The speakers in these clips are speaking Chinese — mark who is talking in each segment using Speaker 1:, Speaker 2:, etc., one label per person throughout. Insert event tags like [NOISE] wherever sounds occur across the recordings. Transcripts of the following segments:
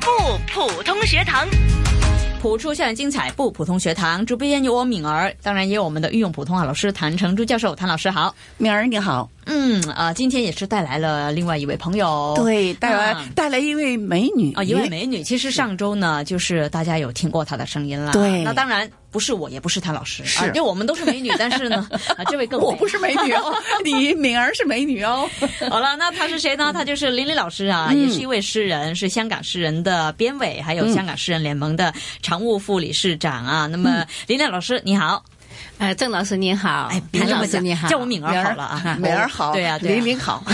Speaker 1: 普通学堂。
Speaker 2: 普出校园精彩不普通学堂，主播间有我敏儿，当然也有我们的御用普通啊话老师谭成珠教授，谭老师好。
Speaker 3: 敏儿你好，
Speaker 2: 嗯，呃，今天也是带来了另外一位朋友，
Speaker 3: 对，带来、
Speaker 2: 啊
Speaker 3: 带来一位美女
Speaker 2: 啊，一位美女。其实上周呢，就是大家有听过她的声音啦。
Speaker 3: 对
Speaker 2: 那当然不是我，也不是谭老师，
Speaker 3: 是
Speaker 2: 啊，因为我们都是美女，但是
Speaker 3: [LAUGHS]
Speaker 2: 呢，啊，这位更美
Speaker 3: 我不是美女
Speaker 2: [LAUGHS]
Speaker 3: 哦，你敏儿是美女哦，
Speaker 2: 好了，那她是谁呢？她就是林林老师啊，
Speaker 3: 嗯
Speaker 2: 也是一位诗人，是香港诗人的编委，还有香港诗人联盟的常务副理事长啊。那
Speaker 3: 嗯
Speaker 2: 么，林林老师你好，
Speaker 4: 呃，郑老师您好，
Speaker 2: 哎，别
Speaker 4: 谭
Speaker 2: 这
Speaker 4: 老
Speaker 2: 么
Speaker 4: 师
Speaker 2: 讲
Speaker 4: 您好，
Speaker 2: 叫我
Speaker 4: [LAUGHS]
Speaker 2: 敏儿
Speaker 3: 敏儿
Speaker 2: 好了啊。
Speaker 3: 敏儿好，
Speaker 2: 对呀对呀
Speaker 3: 玲玲好，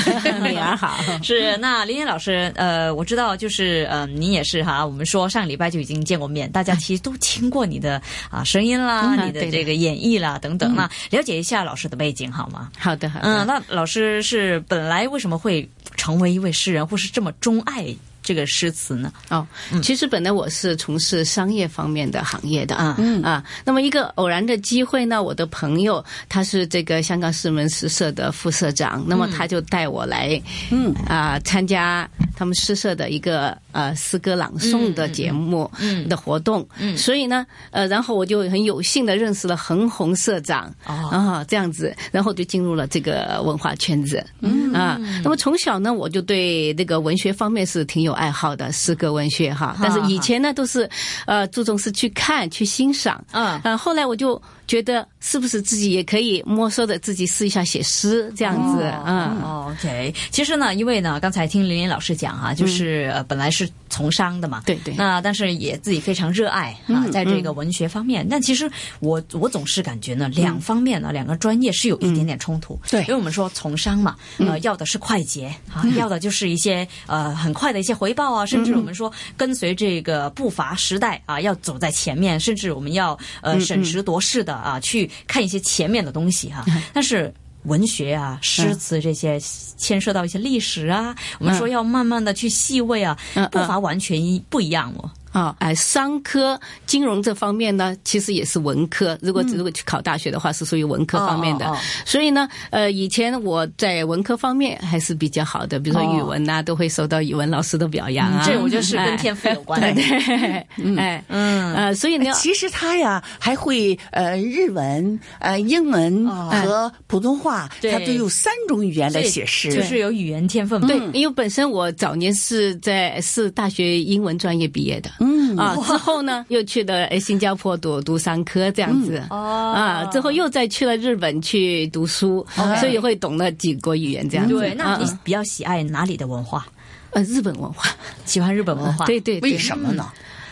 Speaker 4: 敏儿好。
Speaker 2: 是，那林燕老师，呃，我知道，就是，嗯、您也是哈，我们说上礼拜就已经见过面，大家其实都听过你的啊声音啦，
Speaker 4: 嗯啊
Speaker 2: 你的
Speaker 4: 对的
Speaker 2: 这个演绎啦等等，那
Speaker 3: 嗯
Speaker 2: 了解一下老师的背景好吗？
Speaker 4: 好的，好的。
Speaker 2: 嗯，那老师是本来为什么会成为一位诗人，或是这么钟爱这个诗词呢？
Speaker 4: 哦，
Speaker 2: 嗯
Speaker 4: 其实本来我是从事商业方面的行业的
Speaker 2: 啊
Speaker 4: 啊、啊。那么一个偶然的机会呢，我的朋友他是这个香港师门诗社的副社长，那么
Speaker 2: 嗯
Speaker 4: 他就带我来，嗯啊、参加他们诗社的一个呃诗歌朗诵的节目
Speaker 2: 嗯嗯嗯
Speaker 4: 的活动，嗯所以呢呃，然后我就很有幸的认识了恒宏社长，
Speaker 2: 哦，
Speaker 4: 啊，这样子，然后就进入了这个文化圈子。嗯啊，那么从小呢，我就对这个文学方面是挺有爱好的，诗歌文学哈。但是以前呢，都是呃注重是去看、去欣赏。
Speaker 2: 嗯
Speaker 4: 呃，后来我就觉得，是不是自己也可以摸索着自己试一下写诗这样子啊？嗯
Speaker 2: 哦，OK。其实呢，因为呢，刚才听林林老师讲哈、就是、呃本来是从商的嘛，
Speaker 4: 对对
Speaker 2: 那但是也自己非常热爱啊，在这个文学方面。但其实我我总是感觉呢，两方面呢，两个专业是有一点点冲突。
Speaker 3: 对
Speaker 2: 因为我们说从商嘛，呃，要的是快捷啊，要的就是一些呃很快的一些回报啊，甚至我们说跟随这个步伐时代啊，要走在前面，甚至我们要呃审时度势的啊，去看一些前面的东西哈、但是。文学啊，诗词这些牵涉到一些历史啊，我们说要慢慢的去细味啊，
Speaker 4: 嗯
Speaker 2: 步伐完全一不一样哦。
Speaker 4: 啊，哎，商科、金融这方面呢，其实也是文科。如果如果去考大学的话，是属于文科方面的。
Speaker 2: 嗯哦哦哦
Speaker 4: 所以呢，呃，以前我在文科方面还是比较好的，比如说语文呐、都会受到语文老师的表扬啊。
Speaker 2: 哦嗯这我觉得是跟
Speaker 4: 哎
Speaker 2: 天赋有关的。 [LAUGHS] 哎
Speaker 4: 对，哎，嗯，呃，所以呢，
Speaker 3: 其实他呀还会呃日文、呃英文和普通话，
Speaker 2: 对
Speaker 3: 他都有三种语言来
Speaker 2: 所以
Speaker 3: 写诗，
Speaker 2: 就是有语言天分嘛。
Speaker 4: 对，因为本身我早年是在是大学英文专业毕业的，嗯啊，之后呢又去了呃新加坡读读商科这样子，
Speaker 2: 哦
Speaker 4: 啊，之后又再去了日本去读书，所以会懂了几国语言这样子。
Speaker 2: 对，那
Speaker 4: 啊
Speaker 2: 你比较喜爱哪里的文化？
Speaker 4: 呃日本文化，
Speaker 2: 喜欢日本文化？
Speaker 4: 对，对，对
Speaker 3: 为什么？呢？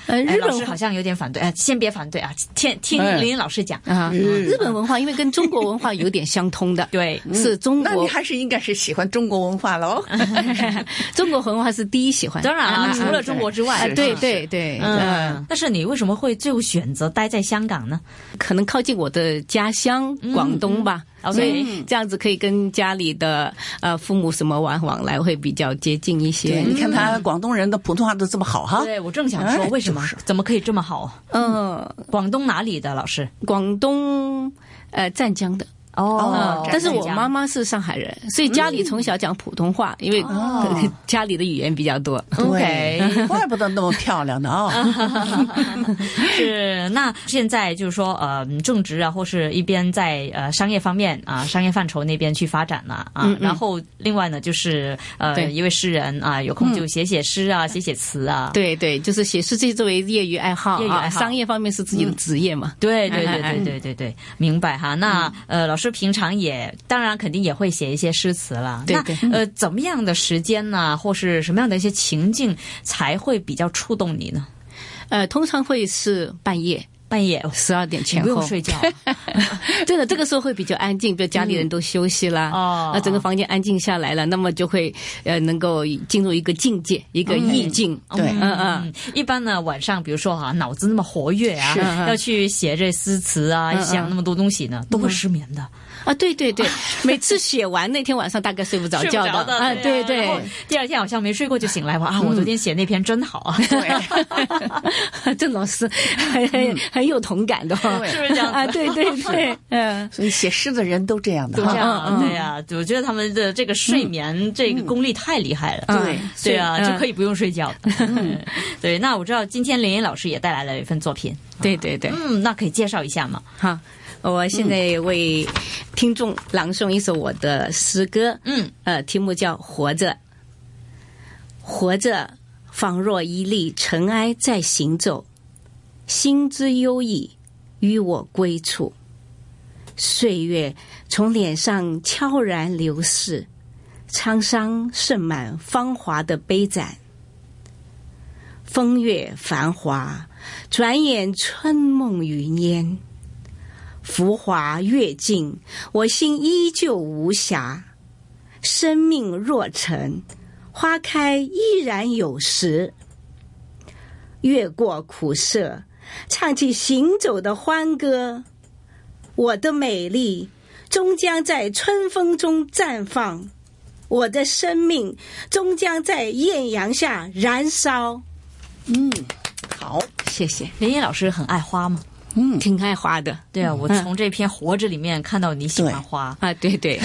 Speaker 4: 呃，
Speaker 2: 哎，
Speaker 4: 日
Speaker 2: 老
Speaker 4: 本
Speaker 2: 师
Speaker 4: 文
Speaker 2: 好
Speaker 4: 化
Speaker 2: 像有点反对啊，先别反对啊，听听
Speaker 3: 哎
Speaker 2: 林老师讲。，
Speaker 4: 啊，
Speaker 3: 嗯
Speaker 4: 日本文化因为跟中国文化有点相通的
Speaker 2: 对，
Speaker 4: 是中
Speaker 3: 那你
Speaker 4: 国
Speaker 3: 还是应该是喜欢中国文化哦喽。
Speaker 4: [LAUGHS] 中国文化是第一喜欢，
Speaker 2: 当然
Speaker 4: 啊
Speaker 2: 了，除了
Speaker 3: 对
Speaker 2: 中国之外
Speaker 4: 啊，，对
Speaker 2: 是。
Speaker 4: 对对，嗯
Speaker 2: 嗯，但是你为什么会最后选择待在香港呢？
Speaker 4: 可能靠近我的家乡广东吧。
Speaker 2: 嗯
Speaker 4: 所以这样子可以跟家里的呃父母什么往往来会比较接近一些
Speaker 3: 对，。你看他广东人的普通话都这么好
Speaker 4: 啊
Speaker 3: 哈。
Speaker 2: 对我正想说，
Speaker 3: 哎
Speaker 2: 为什么怎么可以这么好？
Speaker 4: 嗯、
Speaker 2: 广东哪里的老师？
Speaker 4: 广东呃湛江的，啊
Speaker 3: 哦
Speaker 2: 嗯
Speaker 4: 但是我
Speaker 2: 湛江
Speaker 4: 妈妈是上海人，所以家里从小讲普通话，因为、
Speaker 2: 哦
Speaker 4: [LAUGHS] 家里的语言比
Speaker 2: [LAUGHS]
Speaker 4: 较多。
Speaker 3: [LAUGHS]
Speaker 2: OK
Speaker 3: 怪不得那么漂亮呢啊！
Speaker 2: 是，那现在就是说，呃，种植啊，或是一边在呃商业方面啊，商业范畴那边去发展了啊。
Speaker 4: 嗯嗯
Speaker 2: 然后另外呢，就是呃，
Speaker 4: 对
Speaker 2: 一位诗人啊，有空就写写诗啊，写写词啊。
Speaker 4: 对对，就是写诗这作为业余爱好
Speaker 2: 业余爱
Speaker 4: 啊，
Speaker 2: 好
Speaker 4: 商业方面是自己的职业嘛。
Speaker 2: 对对对
Speaker 4: 哎哎
Speaker 2: 对对对对，明白哈。那呃，老师平常也当然肯定也会写一些诗词啦。
Speaker 4: 对对
Speaker 2: 那呃，怎么样的时间呢，或是什么样的一些情境才会比较触动你呢？
Speaker 4: 呃，通常会是半夜
Speaker 2: 半夜
Speaker 4: 十二点
Speaker 2: 你
Speaker 4: 前
Speaker 2: 不用
Speaker 4: 后。
Speaker 2: 睡觉啊，
Speaker 4: 真的，这个时候会比较安静，比如家里人都休息啦，
Speaker 2: 哦
Speaker 4: 那整个房间安静下来了，那么就会呃能够进入一个境界，一个意境。
Speaker 3: 对
Speaker 4: 嗯嗯，
Speaker 2: 嗯，一般呢，晚上比如说哈、脑子那么活跃啊
Speaker 4: 是，嗯
Speaker 2: 要去写这诗词啊，
Speaker 4: 嗯嗯嗯 [LAUGHS]
Speaker 2: 想那么多东西呢，都会失眠的。
Speaker 4: 啊，对对对，每次写完那天晚上大概睡不着
Speaker 2: 睡不
Speaker 4: 觉
Speaker 2: 着的
Speaker 4: 啊，对嗯
Speaker 2: 对啊然
Speaker 4: 对
Speaker 2: 后，第二天好像没睡过就醒来，哇，啊我昨天写那篇真好啊，
Speaker 4: [LAUGHS] 郑老师很很很有同感的哦，
Speaker 3: 对
Speaker 2: [LAUGHS] 是不嗯是这样子
Speaker 4: 啊，对对对，
Speaker 2: [LAUGHS]
Speaker 4: 嗯，
Speaker 3: 所以写诗的人都这样的
Speaker 2: 都
Speaker 3: 哈
Speaker 2: 这样啊，
Speaker 4: 嗯嗯
Speaker 2: 对呀，我觉得他们的这个睡眠这个功力太厉害了，
Speaker 4: 嗯
Speaker 3: 对
Speaker 2: 对啊，
Speaker 4: 是
Speaker 2: 就可以不用睡觉。 [LAUGHS] 对，那我知道今天林林老师也带来了一份作品，
Speaker 4: 对对对，
Speaker 2: 嗯，那可以介绍一下吗？
Speaker 4: 好，我现在为听众朗诵一首我的诗歌，
Speaker 2: 嗯，
Speaker 4: 呃，题目叫《活着》。活着，仿若一粒尘埃在行走，心之忧矣，与我归处。岁月从脸上悄然流逝，沧桑盛满芳华的杯盏。风月繁华，转眼春梦云烟。浮华越尽，我心依旧无暇。生命若尘，花开依然有时。越过苦涩，唱起行走的欢歌。我的美丽终将在春风中绽放，我的生命终将在艳阳下燃烧。
Speaker 3: 嗯好，
Speaker 4: 谢谢，
Speaker 2: 林林老师很爱花吗？
Speaker 3: 嗯，
Speaker 4: 挺爱花的
Speaker 2: 对啊，我从这篇《活着》里面看到你喜欢花， [LAUGHS]
Speaker 4: [LAUGHS] 啊，嗯对对。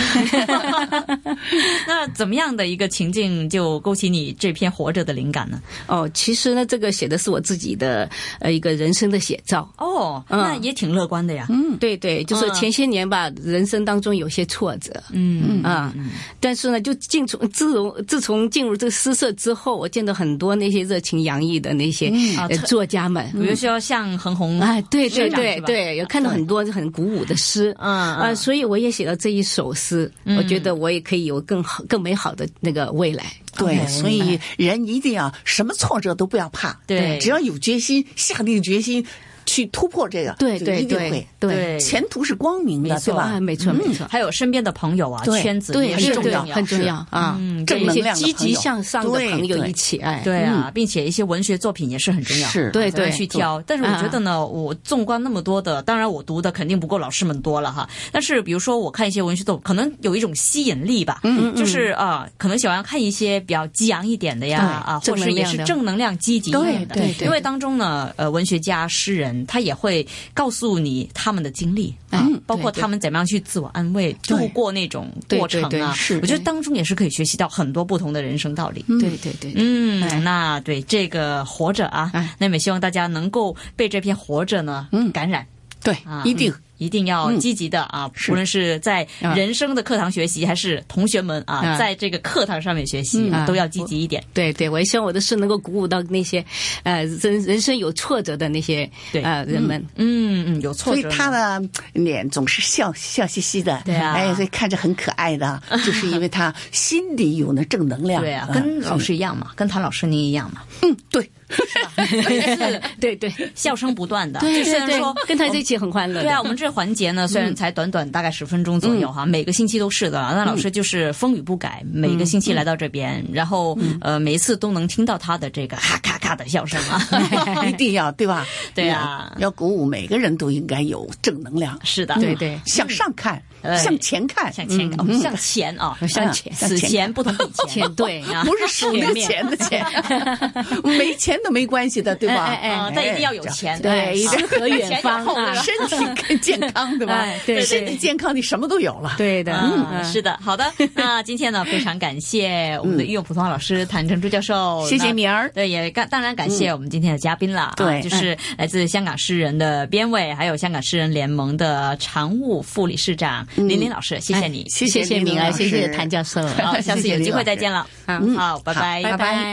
Speaker 2: 那怎么样的一个情境就勾起你这篇《活着》的灵感呢？
Speaker 4: 哦，其实呢，这个写的是我自己的呃一个人生的写照。
Speaker 2: 哦，
Speaker 4: 嗯
Speaker 2: 那也挺乐观的呀。
Speaker 4: 嗯，对对，就是前些年吧，人生当中有些挫折。
Speaker 2: 嗯
Speaker 4: 啊，但是呢，就进从自从自从进入这个诗社之后，我见到很多那些热情洋溢的那些、
Speaker 2: 啊
Speaker 4: 呃
Speaker 2: 特
Speaker 4: 作家们，
Speaker 2: 比如说像恒红，
Speaker 4: 哎，对
Speaker 2: 社
Speaker 4: 对
Speaker 2: 长
Speaker 4: 对
Speaker 2: 是吧
Speaker 4: 对，有看到很多很鼓舞的诗，
Speaker 2: 嗯
Speaker 4: 啊，所以我也写了这一首诗，我觉得我也可以有更好、更美好的那个未来。
Speaker 3: 对，
Speaker 2: OK
Speaker 3: 所以人一定要什么挫折都不要怕，
Speaker 2: 对
Speaker 3: 只要有决心，下定决心去突破这个，
Speaker 4: 对
Speaker 3: 就
Speaker 4: 对
Speaker 3: 一定
Speaker 4: 对
Speaker 3: 会，
Speaker 2: 对哎嗯
Speaker 3: 前途是光明的，对
Speaker 4: 啊，
Speaker 3: 吧？
Speaker 4: 没错没错。
Speaker 2: 还有身边的朋友啊，
Speaker 3: 对
Speaker 2: 圈子
Speaker 4: 对，
Speaker 2: 也
Speaker 4: 对
Speaker 2: 是
Speaker 4: 对
Speaker 2: 重要，
Speaker 4: 很重要啊！
Speaker 2: 嗯
Speaker 4: 跟
Speaker 3: 正
Speaker 4: 一
Speaker 3: 能
Speaker 4: 些
Speaker 3: 量的
Speaker 4: 积
Speaker 3: 朋
Speaker 4: 极
Speaker 3: 友
Speaker 4: 向上的
Speaker 3: 对
Speaker 4: 朋友
Speaker 3: 对
Speaker 4: 一起，哎，
Speaker 2: 对啊，并且一些文学作品也是很重要。
Speaker 3: 是
Speaker 4: 对
Speaker 2: 咱们
Speaker 4: 对嗯
Speaker 2: 去挑。但是我觉得呢，我纵观那么多的，当然我读的肯定不够老师们多了哈。但是比如说我看一些文学作品，可能有一种吸引力吧，嗯，就是啊、可能喜欢看一些比较激昂一点的呀，
Speaker 4: 对
Speaker 2: 啊，或
Speaker 4: 正能
Speaker 2: 者也
Speaker 4: 量
Speaker 2: 是
Speaker 4: 的
Speaker 2: 正能量、积极一点的。
Speaker 4: 对对对
Speaker 2: 因为当中呢，呃，文学家、诗人他也会告诉你他们的经历啊
Speaker 4: 嗯，
Speaker 2: 包括
Speaker 4: 对对
Speaker 2: 他们怎么样去自我安慰、
Speaker 3: 对
Speaker 2: 度过那种
Speaker 4: 对
Speaker 2: 过程
Speaker 4: 对对
Speaker 2: 啊。
Speaker 3: 是
Speaker 2: 我觉得当中也是可以学习到很多不同的人生道理。
Speaker 4: 对对对，哎
Speaker 2: 嗯，那对这个活着啊
Speaker 4: 哎，嗯
Speaker 2: 那么希望大家能够被这篇活着呢感染
Speaker 3: 对
Speaker 2: 啊，，
Speaker 3: 一定
Speaker 2: 嗯。一定要积极的啊，无论是在人生的课堂学习，还是同学们啊，
Speaker 4: 啊
Speaker 2: 在这个课堂上面学习
Speaker 4: 嗯，
Speaker 2: 都要积极一点。
Speaker 4: 对对，我也希望我的诗能够鼓舞到那些，呃，人人生有挫折的那些
Speaker 2: 对
Speaker 4: 呃人们。
Speaker 2: 嗯嗯，有挫
Speaker 3: 所
Speaker 2: 折
Speaker 3: 以
Speaker 2: 呢，
Speaker 3: 他的脸总是笑笑嘻嘻的，
Speaker 2: 对啊
Speaker 3: 哎，所以看着很可爱的，
Speaker 2: [LAUGHS]
Speaker 3: 就是因为他心里有那正
Speaker 4: 哎
Speaker 3: 能量。
Speaker 2: 对啊，
Speaker 3: 嗯
Speaker 2: 跟老师一样嘛，跟谭老师您一样
Speaker 4: [LAUGHS]
Speaker 2: 嘛，
Speaker 3: 对，
Speaker 2: 嗯
Speaker 4: 对对
Speaker 2: 笑声不断的。
Speaker 4: 对
Speaker 2: 虽
Speaker 4: 对
Speaker 2: 然说
Speaker 4: 对，跟嗯他在一起很欢乐的。
Speaker 2: 对啊，我们这环节呢，虽然才短短大概十分钟左右哈，每个星期都是的。那
Speaker 4: 嗯
Speaker 2: 老师就是风雨不改，每个星期来到这边，然后呃，
Speaker 4: 嗯
Speaker 2: 每一次都能听到他的这个哈咔咔的笑声
Speaker 4: [LAUGHS]
Speaker 2: 啊。
Speaker 3: [LAUGHS] 一定要对吧？
Speaker 2: [LAUGHS]
Speaker 3: 嗯
Speaker 2: 对啊
Speaker 3: 要要鼓舞每个人都应该有正能量，嗯
Speaker 2: 是的，
Speaker 4: 对对
Speaker 3: 向上看，
Speaker 2: 哎
Speaker 3: 向前看，嗯
Speaker 2: 向前哦，向前啊，
Speaker 4: 向
Speaker 3: 前
Speaker 2: 此前不同以前。
Speaker 4: 前对
Speaker 2: [LAUGHS]
Speaker 4: 啊，
Speaker 3: 不是数那个
Speaker 4: [LAUGHS]
Speaker 3: 钱的钱，没钱 [LAUGHS] 都没关系的，对
Speaker 2: [LAUGHS]
Speaker 3: 吧？
Speaker 4: 哎哎哎
Speaker 2: 啊，但一定要有钱，
Speaker 4: 对，
Speaker 2: 啊
Speaker 4: 诗和远方啊，
Speaker 3: [LAUGHS] 身体更健康，对吧
Speaker 4: [LAUGHS] 哎？对对
Speaker 3: 身体健康，你什么都有了。
Speaker 4: 对的，
Speaker 2: 啊，
Speaker 4: 嗯
Speaker 2: 是的，好
Speaker 4: [LAUGHS]
Speaker 2: 的。那今天呢，非常感谢我们的御用普通话老师谭成珠教授，
Speaker 3: 谢谢
Speaker 2: 那
Speaker 3: 敏儿
Speaker 2: 对，也感当然感谢我们今天的嘉宾了啊，
Speaker 3: 对哎
Speaker 2: 就是来自香港诗人的编委，还有香港诗人联盟的常务副理事长林林老师，谢谢你，
Speaker 3: 嗯哎谢
Speaker 4: 谢
Speaker 3: 谢
Speaker 4: 谢
Speaker 3: 敏
Speaker 4: 敏儿，
Speaker 3: 老师 [LAUGHS]
Speaker 4: 谢谢谭教授，
Speaker 2: 好，下次有机会再见了，
Speaker 4: 好
Speaker 2: 嗯，好，拜
Speaker 3: 好
Speaker 2: 拜，
Speaker 4: 拜拜。